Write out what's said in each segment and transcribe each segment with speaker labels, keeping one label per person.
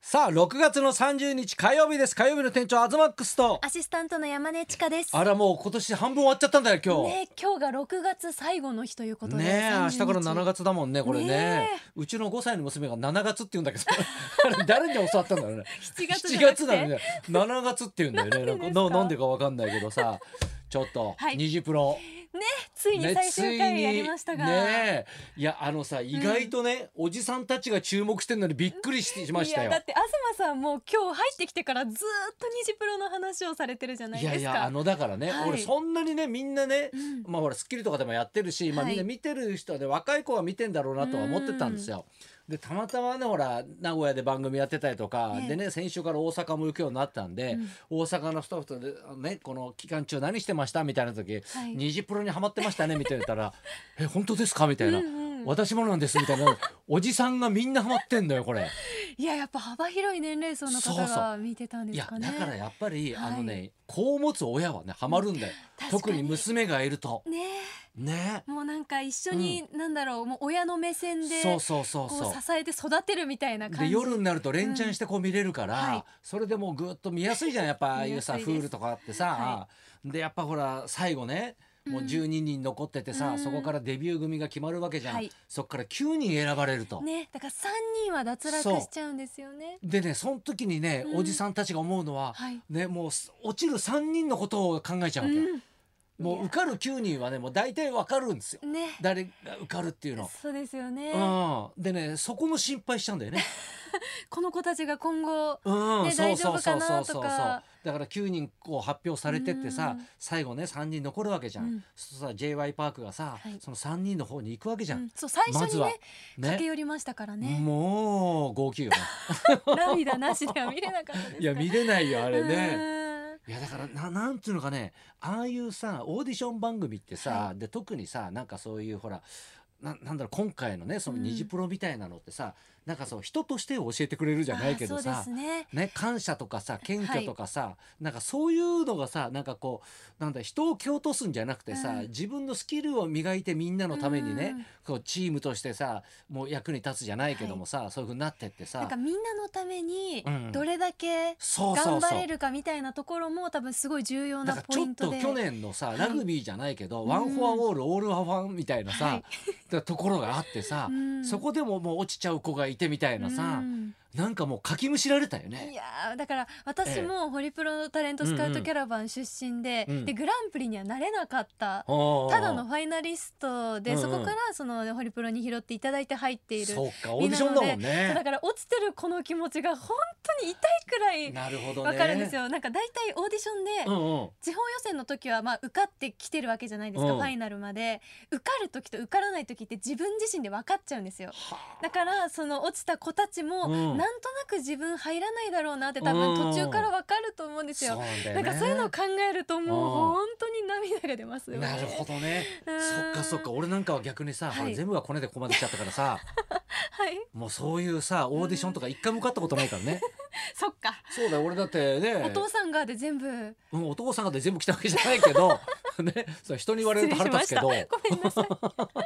Speaker 1: さあ6月の30日火曜日です火曜日の店長アズマックスと
Speaker 2: アシスタントの山根千佳です。
Speaker 1: あらもう今年半分終わっちゃったんだよ今日
Speaker 2: ね、今日が6月最後の日ということで。
Speaker 1: ねえ明
Speaker 2: 30
Speaker 1: 日から7月だもんねこれね
Speaker 2: ねえ
Speaker 1: うちの5歳の娘が7月って言うんだけど あれ誰に教わったんだろうね
Speaker 2: 7月
Speaker 1: 7
Speaker 2: じゃなくて
Speaker 1: 月なのにね7月って言うんだよねなんか
Speaker 2: なんでですか
Speaker 1: ななんでかわかんないけどさちょっと
Speaker 2: はい
Speaker 1: 虹プロ、
Speaker 2: ついに最終回をやりましたが。
Speaker 1: ねえいやあのさ意外とね、おじさんたちが注目してるのにびっくりしてしました
Speaker 2: いや
Speaker 1: よ
Speaker 2: だって東さんもう今日入ってきてからずーっと虹プロの話をされてるじゃない
Speaker 1: い
Speaker 2: です
Speaker 1: や
Speaker 2: か。
Speaker 1: いやあのだからね、
Speaker 2: はい
Speaker 1: 俺そんなにねみんなね、
Speaker 2: うん
Speaker 1: まあほら『スッキリ』とかでもやってるし、まあ、
Speaker 2: はい
Speaker 1: みんな見てる人で若い子は見てんだろうなとは思ってたんですよ。でたまたまねほら名古屋で番組やってたりとか、
Speaker 2: ええ
Speaker 1: でね先週から大阪も行くようになったんで、
Speaker 2: うん
Speaker 1: 大阪のスタッフとでねこの期間中何してましたみたいな時「
Speaker 2: はい
Speaker 1: 虹プロにハマってましたね」みたいな言った ら「え本当ですか?」みたいな。
Speaker 2: うんうん
Speaker 1: 私もなんですみたいなおじさんがみんなハマってんだよこれ。
Speaker 2: いややっぱ幅広い年齢層の
Speaker 1: そう
Speaker 2: 方
Speaker 1: そ
Speaker 2: が見てたん
Speaker 1: い
Speaker 2: です
Speaker 1: や
Speaker 2: かね。
Speaker 1: だからやっぱり、
Speaker 2: はい
Speaker 1: あのね子を持つ親はねハマるんだよ。
Speaker 2: 確かに
Speaker 1: 特に娘がいると
Speaker 2: ね
Speaker 1: ね。
Speaker 2: えもうなんか一緒に、なんだろうもう親の目線で
Speaker 1: そうそうそう
Speaker 2: こ
Speaker 1: そう
Speaker 2: う。支えて育てるみたいな感じ。
Speaker 1: で夜になると連チャンしてこう見れるから、
Speaker 2: うんはい
Speaker 1: それでもうぐっと見やすいじゃんやっぱああいうさ
Speaker 2: 見やす
Speaker 1: フ
Speaker 2: いで
Speaker 1: ー
Speaker 2: す
Speaker 1: ルとかあってさ、
Speaker 2: は
Speaker 1: でやっぱほら最後ねもううん12人残っててさ、
Speaker 2: うん
Speaker 1: そこからデビュー組が決まるわけじゃん、
Speaker 2: はい
Speaker 1: そこから9人選ばれると。
Speaker 2: ねだから3人は脱落しちゃうんですよね。
Speaker 1: でねその時にね、
Speaker 2: うん
Speaker 1: おじさんたちが思うのは、
Speaker 2: はい。
Speaker 1: ねもうす落ちる3人のことを考えちゃうわけよ、もう受かる9人はねもう大体わかるんですよ
Speaker 2: うんね。
Speaker 1: 誰が受かるっていうの。
Speaker 2: そうですよね。
Speaker 1: うん、でねそこも心配しちゃうんだ よね。
Speaker 2: この子たちが今後
Speaker 1: うん、
Speaker 2: ね
Speaker 1: そうそうそう
Speaker 2: 大丈夫か
Speaker 1: そう
Speaker 2: な
Speaker 1: そうそ
Speaker 2: と
Speaker 1: う
Speaker 2: か
Speaker 1: だから9人こう発表されてってさ
Speaker 2: うん
Speaker 1: 最後ね3人残るわけじゃん、
Speaker 2: うん
Speaker 1: そうするとさ j y パークがさ、
Speaker 2: はい
Speaker 1: その3人の方に行くわけじゃ、
Speaker 2: うんんそう最
Speaker 1: ま
Speaker 2: 初
Speaker 1: ず
Speaker 2: に
Speaker 1: は
Speaker 2: ね駆け
Speaker 1: ね
Speaker 2: 寄りましたからね
Speaker 1: もう号泣よね
Speaker 2: 涙なしでは見れなかったですから
Speaker 1: いや見れないよあれね
Speaker 2: ね
Speaker 1: いやだからななんていうのかねああいうさオーディション番組ってさ、で特にさなんかそういうほらななんだろう今回のねその
Speaker 2: うん
Speaker 1: 虹プロみたいなのってさ、なんかそう人としてを教えてくれるじゃないけどさ
Speaker 2: そうですね
Speaker 1: ね、感謝とかさ謙虚とかさ、なんかそういうのがさなんかこうなんだ人を蹴落とすんじゃなくてさ、
Speaker 2: うん
Speaker 1: 自分のスキルを磨いてみんなのためにね、
Speaker 2: うん
Speaker 1: こうチームとしてさもう役に立つじゃないけどもさ、そういうふうになってって
Speaker 2: な
Speaker 1: さ
Speaker 2: んかみんなのために
Speaker 1: うん
Speaker 2: どれだけ
Speaker 1: そうそう
Speaker 2: 頑張
Speaker 1: そう
Speaker 2: れるかみたいなところも多分すごい重要
Speaker 1: な
Speaker 2: なん
Speaker 1: か
Speaker 2: ポ
Speaker 1: ち
Speaker 2: イ
Speaker 1: ょ
Speaker 2: ン
Speaker 1: っ
Speaker 2: ト
Speaker 1: と
Speaker 2: で
Speaker 1: 去年のさラグビーじゃないけど、
Speaker 2: うん
Speaker 1: ワンフォアオールオールはファンみたいなさ、
Speaker 2: はい
Speaker 1: だところがあってさ、
Speaker 2: うん
Speaker 1: そこでももう落ちちゃう子がいてみたいなさ
Speaker 2: う、ん
Speaker 1: なんかもうかきむしられたよね
Speaker 2: い。やーだから私もホリプロタレントスカウトキャラバン出身で,、
Speaker 1: うんうん
Speaker 2: でグランプリにはなれなかったた
Speaker 1: た
Speaker 2: だのファイナリストで、
Speaker 1: うんうん
Speaker 2: そこからそのホリプロに拾っていただいて入っている
Speaker 1: そうかオーディションだもん
Speaker 2: そうだ
Speaker 1: ね。
Speaker 2: から落ちてるこの気持ちが本当に痛いくらい
Speaker 1: なるほどね。
Speaker 2: わかるんですよ、なんか大体オーディションで、
Speaker 1: うんうん。
Speaker 2: 地方予選の時はまあ受かってきてるわけじゃないですか、
Speaker 1: うん
Speaker 2: ファイナルまで受かる時と受からない時って自分自身で分かっちゃうんですよだからその落ちた子たちも、
Speaker 1: うん
Speaker 2: なんとなく自分入らないだろうなって多分途中から分かると思うんですよ、
Speaker 1: なんだ
Speaker 2: なんかそういうのを考えるともう本当に涙が出ますよね
Speaker 1: なるほどね。
Speaker 2: うん
Speaker 1: そっかそっか。俺なんかは逆にさ、
Speaker 2: はい
Speaker 1: ほら全部がコネでここまで来ちゃったから さ、
Speaker 2: はい
Speaker 1: もうそういうさオーディションとか一回も受かったことないからね。
Speaker 2: そっか
Speaker 1: そうだよ。俺だってね、
Speaker 2: お父さんがで全部
Speaker 1: うんお父さんがで全部来たわけじゃないけど、 ね、そう人に言われると腹立つけど、
Speaker 2: 失礼しましたごめんな さい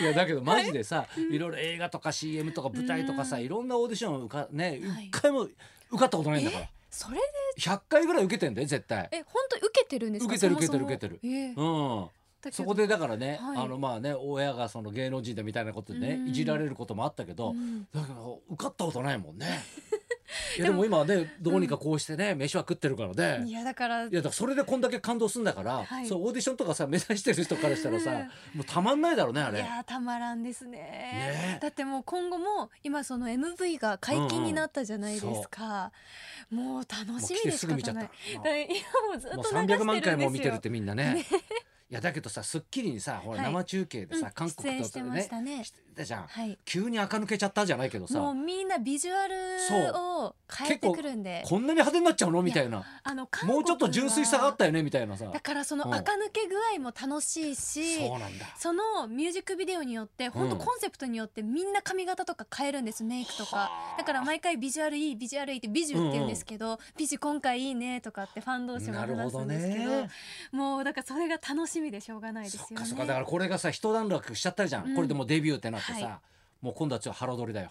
Speaker 1: いやだけどマジでさ、いろいろ映画とか CM とか舞台とかさ、
Speaker 2: うん
Speaker 1: いろんなオーディションを受かね
Speaker 2: はい
Speaker 1: 一回も受かったことないんだから
Speaker 2: え。それ
Speaker 1: 100回ぐらい受けてんだよ絶対。
Speaker 2: え本当に受けてるんですか
Speaker 1: 受けてる
Speaker 2: そもそも
Speaker 1: 受けてる受け
Speaker 2: ええ
Speaker 1: うん。
Speaker 2: だけど
Speaker 1: そこでだからね、
Speaker 2: はい
Speaker 1: あのまあね親がその芸能人だみたいなことでね、
Speaker 2: うん
Speaker 1: いじられることもあったけど、
Speaker 2: うん
Speaker 1: だけど受かったことないもんね。 いやで
Speaker 2: でも
Speaker 1: も今はねどうにかこうしてね、飯は食ってるからね。
Speaker 2: いやだから
Speaker 1: いやだからそれでこんだけ感動するんだから、
Speaker 2: はい
Speaker 1: そうオーディションとかさ目指してる人からしたらさ、
Speaker 2: うん
Speaker 1: もうたまんないだろうねあ
Speaker 2: い
Speaker 1: れ。
Speaker 2: やーたまらんですね
Speaker 1: ね
Speaker 2: だってもう今後も今その MV が解禁になったじゃないですか、もう楽
Speaker 1: もう
Speaker 2: し
Speaker 1: 来
Speaker 2: み
Speaker 1: て
Speaker 2: です仕
Speaker 1: ぐ見ちゃ
Speaker 2: 方
Speaker 1: っ
Speaker 2: ない
Speaker 1: た。
Speaker 2: だ今もうずっと
Speaker 1: も
Speaker 2: 流
Speaker 1: う
Speaker 2: してるんで
Speaker 1: 300
Speaker 2: すよ
Speaker 1: 万回も見てるってみんなね。
Speaker 2: ね
Speaker 1: いやだけどさ『スッキリ』にさほら
Speaker 2: はい
Speaker 1: 生中継でさ、
Speaker 2: うん
Speaker 1: 韓国
Speaker 2: 出演
Speaker 1: と
Speaker 2: してましたね
Speaker 1: してたじゃん、
Speaker 2: はい
Speaker 1: 急に垢抜けちゃったじゃないけどさ
Speaker 2: もうみんなビジュアルを変えてくるんで
Speaker 1: こんなに派手になっちゃうのみたいな。
Speaker 2: あの韓国
Speaker 1: もうちょっと純粋さがあったよねみたいなさ
Speaker 2: はだからその
Speaker 1: うん
Speaker 2: 垢抜け具合も楽しいし、
Speaker 1: そうなんだ
Speaker 2: そのミュージックビデオによって本当
Speaker 1: うん
Speaker 2: コンセプトによってみんな髪型とか変えるんですメイクとか
Speaker 1: はあ
Speaker 2: だから毎回ビジュアルいいビジュアルいいってビジュって言うんですけど、ビジュ今回いいねとかってファン同士も
Speaker 1: なる
Speaker 2: 話
Speaker 1: ほ
Speaker 2: す
Speaker 1: ど
Speaker 2: んですけど
Speaker 1: ね
Speaker 2: もうだからそれが楽しみでしょうがないです
Speaker 1: そ
Speaker 2: よ
Speaker 1: っ
Speaker 2: ね。
Speaker 1: かそっかだからこれがさ一段落しちゃったじゃん、
Speaker 2: うん
Speaker 1: これでもうデビューってなってさ、
Speaker 2: は
Speaker 1: もう今度はちょっと腹取り だよ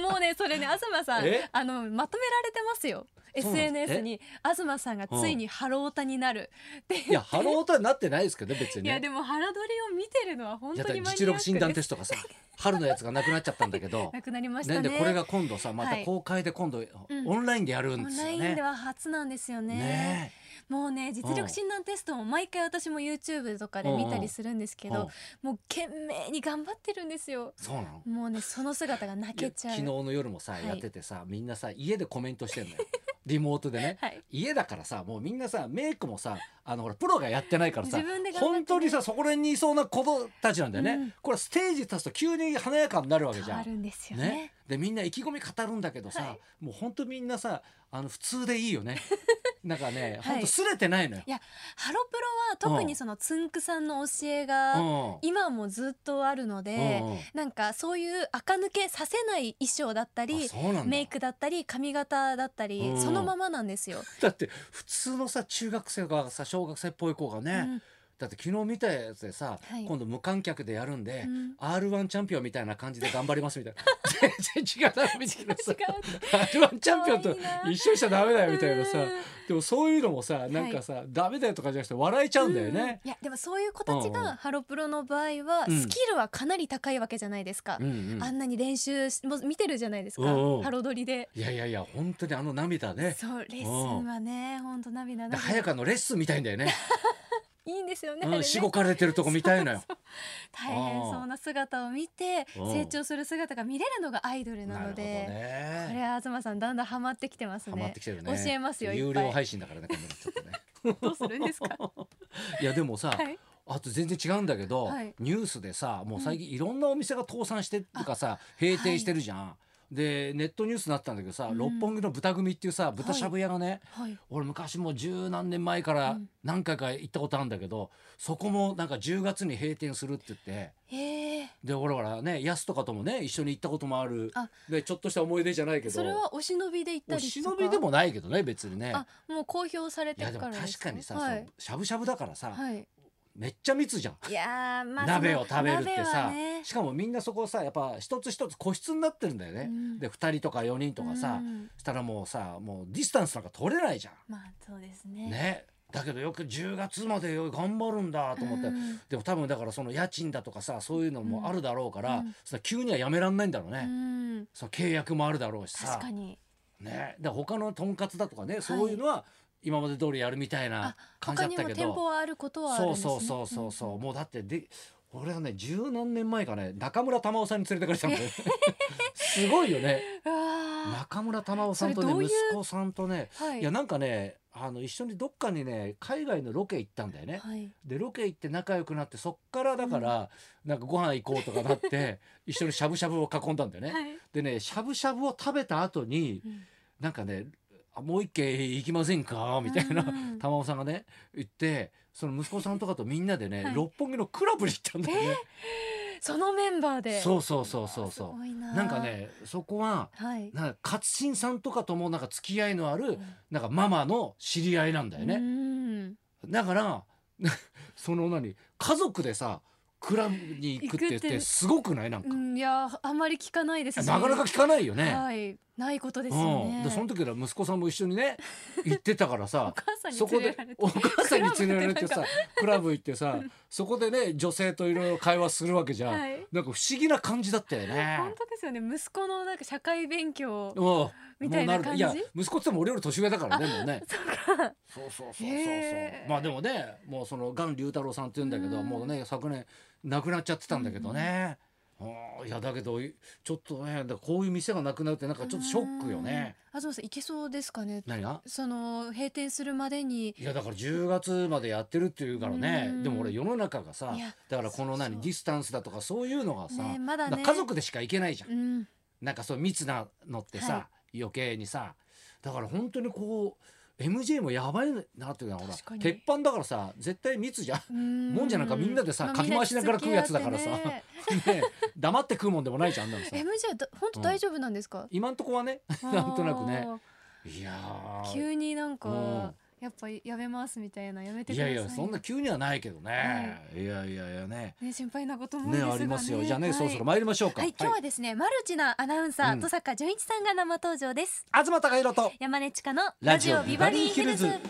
Speaker 2: もうねそれね東さん
Speaker 1: え
Speaker 2: あのまとめられてます
Speaker 1: そう
Speaker 2: よ
Speaker 1: なんです
Speaker 2: SNS に東さんがついにハロータになるって
Speaker 1: いやハローオタになってないですけどね別に
Speaker 2: いや
Speaker 1: ね
Speaker 2: でも腹取りを見てるのは本
Speaker 1: いや
Speaker 2: 当
Speaker 1: だ
Speaker 2: にマニアック
Speaker 1: 実力診断テ
Speaker 2: です
Speaker 1: ストがさ春のやつがなくなっちゃったんだけど
Speaker 2: なくなり ました
Speaker 1: ね
Speaker 2: ね
Speaker 1: でこれが今度さまた
Speaker 2: はい
Speaker 1: 公開で今度
Speaker 2: ん
Speaker 1: オンラインでやる
Speaker 2: オ
Speaker 1: んで
Speaker 2: ン
Speaker 1: すよ
Speaker 2: ラ
Speaker 1: ね。
Speaker 2: インでは初なんですよね
Speaker 1: ね
Speaker 2: もうね実力診断テストも毎回私も YouTube とかで見たりするんです
Speaker 1: え
Speaker 2: けど、もう懸命に頑張ってるんですよ
Speaker 1: うんそうなの
Speaker 2: もうねその姿が泣
Speaker 1: いや
Speaker 2: け ち
Speaker 1: 昨
Speaker 2: ゃう
Speaker 1: 日の夜もさ
Speaker 2: はい
Speaker 1: やっててさみんなさ家でコメントしてんのよ リモートでね。
Speaker 2: はい
Speaker 1: 家だからさもうみんなさメイクもさあのほらプロがやってないからさ
Speaker 2: 自分で頑張ってね
Speaker 1: 本当にさそこら辺にいそうな子供たちなんだよね、
Speaker 2: うん
Speaker 1: これステージ立つと急に華やかになるわけじ
Speaker 2: 変
Speaker 1: ゃ
Speaker 2: わ
Speaker 1: ん
Speaker 2: る。んですよね
Speaker 1: ね、でみんな意気込み語るんだけどさ、
Speaker 2: はい
Speaker 1: もう本当みんなさあの普通でいいよ ねなんかね
Speaker 2: はい
Speaker 1: 本当すれてないのよ。
Speaker 2: ハロプロは特にそのつんくさんの教えが
Speaker 1: う
Speaker 2: 今もずっとあるの
Speaker 1: んうん
Speaker 2: で、
Speaker 1: うん
Speaker 2: なんかそういう垢抜けさせない衣装だった
Speaker 1: あ
Speaker 2: り
Speaker 1: そうなんだ
Speaker 2: メイクだったり髪型だったり、
Speaker 1: うん
Speaker 2: そのままなんですよ。
Speaker 1: だって普通のさ中学生がさ小学生っぽい子がね、
Speaker 2: うん
Speaker 1: だって昨日見たやつでさ、
Speaker 2: はい
Speaker 1: 今度無観客でやるんで、
Speaker 2: う ん
Speaker 1: R1 チャンピオンみたいな感じで頑張りますみたいな 全然違うなみたいなさ
Speaker 2: 違う
Speaker 1: R1 チャンピオ ンと一緒にしちゃダメだよみたいなさ
Speaker 2: うん
Speaker 1: でもそういうのもさなんかさ、ダメだよとかじゃなくて笑えちゃうんだよね。
Speaker 2: うんいやでもそういう子たち
Speaker 1: うんうん
Speaker 2: がハロプロの場合は
Speaker 1: うん
Speaker 2: スキルはかなり高いわけじゃないですか、
Speaker 1: うんうん
Speaker 2: あんなに練習しもう見てるじゃないですか、
Speaker 1: うんうん
Speaker 2: ハロドリで
Speaker 1: いやいやいや本当にあの涙ね
Speaker 2: そうレッスンはね本当涙
Speaker 1: で
Speaker 2: な
Speaker 1: 早川のレッスンみたいんだよね。
Speaker 2: いいんですよね,、
Speaker 1: う
Speaker 2: あれ
Speaker 1: ん、
Speaker 2: ね
Speaker 1: しごかれてるとこ見たいのよ。
Speaker 2: 大変そうな姿を見て
Speaker 1: うん
Speaker 2: 成長する姿が見れるのがアイドル
Speaker 1: な
Speaker 2: な
Speaker 1: るほ
Speaker 2: の
Speaker 1: ど
Speaker 2: で、これ
Speaker 1: ね。
Speaker 2: は東さんだんだんハマってきてます
Speaker 1: ハマっ
Speaker 2: ね
Speaker 1: てきてるね。
Speaker 2: 教えますよいっぱい
Speaker 1: 有料配信だからね。こんなのちょっとね
Speaker 2: どうするんですか
Speaker 1: いやでもさ、
Speaker 2: はい
Speaker 1: あと全然違うんだけど、
Speaker 2: はい
Speaker 1: ニュースでさもう最近いろんなお店が倒産してとかさ閉店してるじゃん。でネットニュースになったんだけどさ、
Speaker 2: うん
Speaker 1: 六本木の豚組っていうさ豚しゃぶ屋がね、
Speaker 2: はい
Speaker 1: 俺昔もう十何年前から
Speaker 2: うん
Speaker 1: 何回か行ったことあるんだけど、そこもなんか10月に閉店するって言って
Speaker 2: えー、
Speaker 1: で俺らね安とかともね一緒に行ったこともある
Speaker 2: あ
Speaker 1: でちょっとした思い出じゃないけど
Speaker 2: それはお忍びで行った
Speaker 1: お
Speaker 2: りとか
Speaker 1: 忍びでもないけどね別にね。
Speaker 2: あもう公表され
Speaker 1: い
Speaker 2: て
Speaker 1: や
Speaker 2: る
Speaker 1: で
Speaker 2: か
Speaker 1: も
Speaker 2: らです
Speaker 1: 確かにさ、
Speaker 2: は
Speaker 1: そ、
Speaker 2: いう
Speaker 1: しゃぶしゃぶだからさ、
Speaker 2: はい、
Speaker 1: めっちゃ密じゃん。
Speaker 2: いやーまあ
Speaker 1: 鍋を食べるって
Speaker 2: その鍋
Speaker 1: さ、
Speaker 2: はね
Speaker 1: しかもみんなそこさやっぱ一つ一つ個室になってるんだよね、
Speaker 2: うん
Speaker 1: で2人とか4人とかさ、
Speaker 2: うん
Speaker 1: したらもうさもうディスタンスなんか取れないじゃ
Speaker 2: まあそうです
Speaker 1: ん
Speaker 2: ね
Speaker 1: ねだけどよく10月までよ頑張るんだと思って、
Speaker 2: うん
Speaker 1: でも多分だからその家賃だとかさそういうのもあるだろうから、
Speaker 2: うんうん
Speaker 1: その急にはやめらんないんだろう
Speaker 2: う
Speaker 1: ね、
Speaker 2: ん
Speaker 1: その契約もあるだろうしさ
Speaker 2: 確かに
Speaker 1: ねで他のとんかつだとかね、そういうのは今まで通りやるみたいな
Speaker 2: あ
Speaker 1: 感じだ
Speaker 2: 他
Speaker 1: っ
Speaker 2: に
Speaker 1: た
Speaker 2: も
Speaker 1: け
Speaker 2: 店
Speaker 1: ど
Speaker 2: 舗はあることはあるん
Speaker 1: そ
Speaker 2: で
Speaker 1: う
Speaker 2: すね
Speaker 1: そうそうそうそう、もうだってで俺はね十何年前かね中村玉緒さんに連れてかれたんだ よすごいよね
Speaker 2: うんうんうわ
Speaker 1: 中村玉緒さんとね
Speaker 2: それどうい
Speaker 1: 息
Speaker 2: う
Speaker 1: 子さんとね
Speaker 2: ーはい
Speaker 1: やなんかねあの一緒にどっかにね海外のロケ行ったんだよね、
Speaker 2: はい
Speaker 1: でロケ行って仲良くなってそっからだから、なんかご飯行こうとかなって 一緒にしゃぶしゃぶを囲んだんだよね、
Speaker 2: はい
Speaker 1: でねしゃぶしゃぶを食べた後に
Speaker 2: うん
Speaker 1: なんかねあもう一軒行きませんかみたいな、
Speaker 2: うんうん
Speaker 1: 玉緒さんがね行ってその息子さんとかとみんなでね、
Speaker 2: はい
Speaker 1: 六本木のクラブに行ったんだよね、
Speaker 2: そのメンバーで
Speaker 1: そうそうそうそう
Speaker 2: す
Speaker 1: そ
Speaker 2: ごいうな
Speaker 1: なんかねそこは
Speaker 2: はい
Speaker 1: なんか勝新さんとかともなんか付き合いのあるなんかママの知り合いなんだよ
Speaker 2: う
Speaker 1: ね、
Speaker 2: ん
Speaker 1: だから その何家族でさクラブに行くって言っ
Speaker 2: 行くってて
Speaker 1: すごくないなんか、
Speaker 2: うんいやあまり聞かないですし
Speaker 1: なかなか聞かないよね、
Speaker 2: はいないことですよ
Speaker 1: う
Speaker 2: ね
Speaker 1: ん、でその時から息子さんも一緒に ね行ってたから
Speaker 2: お
Speaker 1: さ
Speaker 2: 母さん
Speaker 1: そ
Speaker 2: に
Speaker 1: こ
Speaker 2: 連れ
Speaker 1: で
Speaker 2: られて
Speaker 1: お母さんに連れられて
Speaker 2: クラ
Speaker 1: さクラブ行ってさそこでね女性といろいろ会話するわけじゃん、
Speaker 2: はい
Speaker 1: なんか不思議な感じだったよね
Speaker 2: 本。当ですよね息子のなんか社会勉強
Speaker 1: うんもう
Speaker 2: みたいな
Speaker 1: る
Speaker 2: 感
Speaker 1: い
Speaker 2: じ
Speaker 1: や息子って言っても俺より年上だからねもうね
Speaker 2: そうか
Speaker 1: そうそうそうそうそう、
Speaker 2: へー
Speaker 1: まあでもねもうその雁龍太郎さんって言うんだけど、
Speaker 2: うん
Speaker 1: もうね昨年亡くなっちゃってたんだけどね、うんいやだけどちょっとねだからこういう店がなくなるってなんかちょっとショックよね。
Speaker 2: うん。東さん行けそうですかね。
Speaker 1: 何が
Speaker 2: その閉店するまでに。
Speaker 1: いやだから10月までやってるっていうからね、
Speaker 2: うん
Speaker 1: でも俺世の中がさ
Speaker 2: いや
Speaker 1: だからこの何
Speaker 2: そうそう
Speaker 1: ディスタンスだとかそういうのがさ、
Speaker 2: ねまだね
Speaker 1: だから家族でしか行けないじゃん、
Speaker 2: うん。
Speaker 1: なんかそう密なのってさ、
Speaker 2: は
Speaker 1: 余計にさだから本当にこう MJ もやばいなっていうのはほら
Speaker 2: 確かに
Speaker 1: 鉄板だからさ絶対密 じゃん
Speaker 2: うん
Speaker 1: もんじゃなんかみんなでさかき回しながら食うやつだからさ
Speaker 2: ね、
Speaker 1: ね黙って食うもんでもないじゃんあんなのさ
Speaker 2: M じゃ本当大丈夫なんですか。
Speaker 1: 今んとこはねなんとなくね
Speaker 2: あ
Speaker 1: いや
Speaker 2: ー。
Speaker 1: ー
Speaker 2: 急になん
Speaker 1: うん
Speaker 2: かやっぱやめますみたいなやめて
Speaker 1: い
Speaker 2: くだ
Speaker 1: や
Speaker 2: さい
Speaker 1: い
Speaker 2: よ
Speaker 1: やそんな急にはないけどね、い、やいやいやね
Speaker 2: ね心配なことも
Speaker 1: ねありますよじゃあね、そろそろ参りましょうか
Speaker 2: はい、今日はですね、マルチなアナウンサー、
Speaker 1: うん
Speaker 2: 登坂淳一さんが生登場です。
Speaker 1: 東貴博と
Speaker 2: 山根千佳の
Speaker 1: ラ
Speaker 2: ラ
Speaker 1: ジ
Speaker 2: ジ
Speaker 1: オ
Speaker 2: オ
Speaker 1: ビ
Speaker 2: ビ
Speaker 1: バ
Speaker 2: バ
Speaker 1: リ
Speaker 2: リ
Speaker 1: ー
Speaker 2: ー
Speaker 1: ヒ
Speaker 2: ヒ
Speaker 1: ル
Speaker 2: ル
Speaker 1: ズ
Speaker 2: ズ。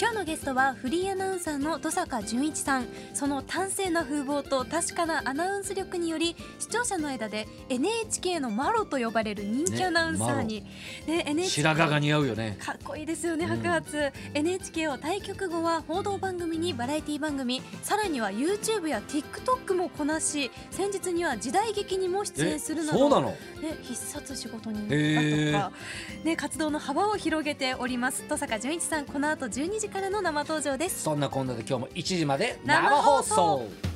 Speaker 2: 今日のゲストはフリーアナウンサーの登坂淳一さんその端正な風貌と確かなアナウンス力により視聴者の間で NHK のマロと呼ばれる人気アナウンサーに、ね NHK
Speaker 1: 白髪が似合うよね
Speaker 2: かっこいいですよね
Speaker 1: うん
Speaker 2: 白髪、NHK を対局後は報道番組にバラエティ番組さらには YouTube や TikTok もこなし先日には時代劇にも出演するなど
Speaker 1: そうなの
Speaker 2: ね、必殺仕事人だと
Speaker 1: へ
Speaker 2: か、
Speaker 1: ー
Speaker 2: ね、活動の幅を広げております登坂淳一さんこの後12時からの生登場です
Speaker 1: そんなこんなで今日も1時まで生
Speaker 2: 生
Speaker 1: 放
Speaker 2: 放
Speaker 1: 送
Speaker 2: 送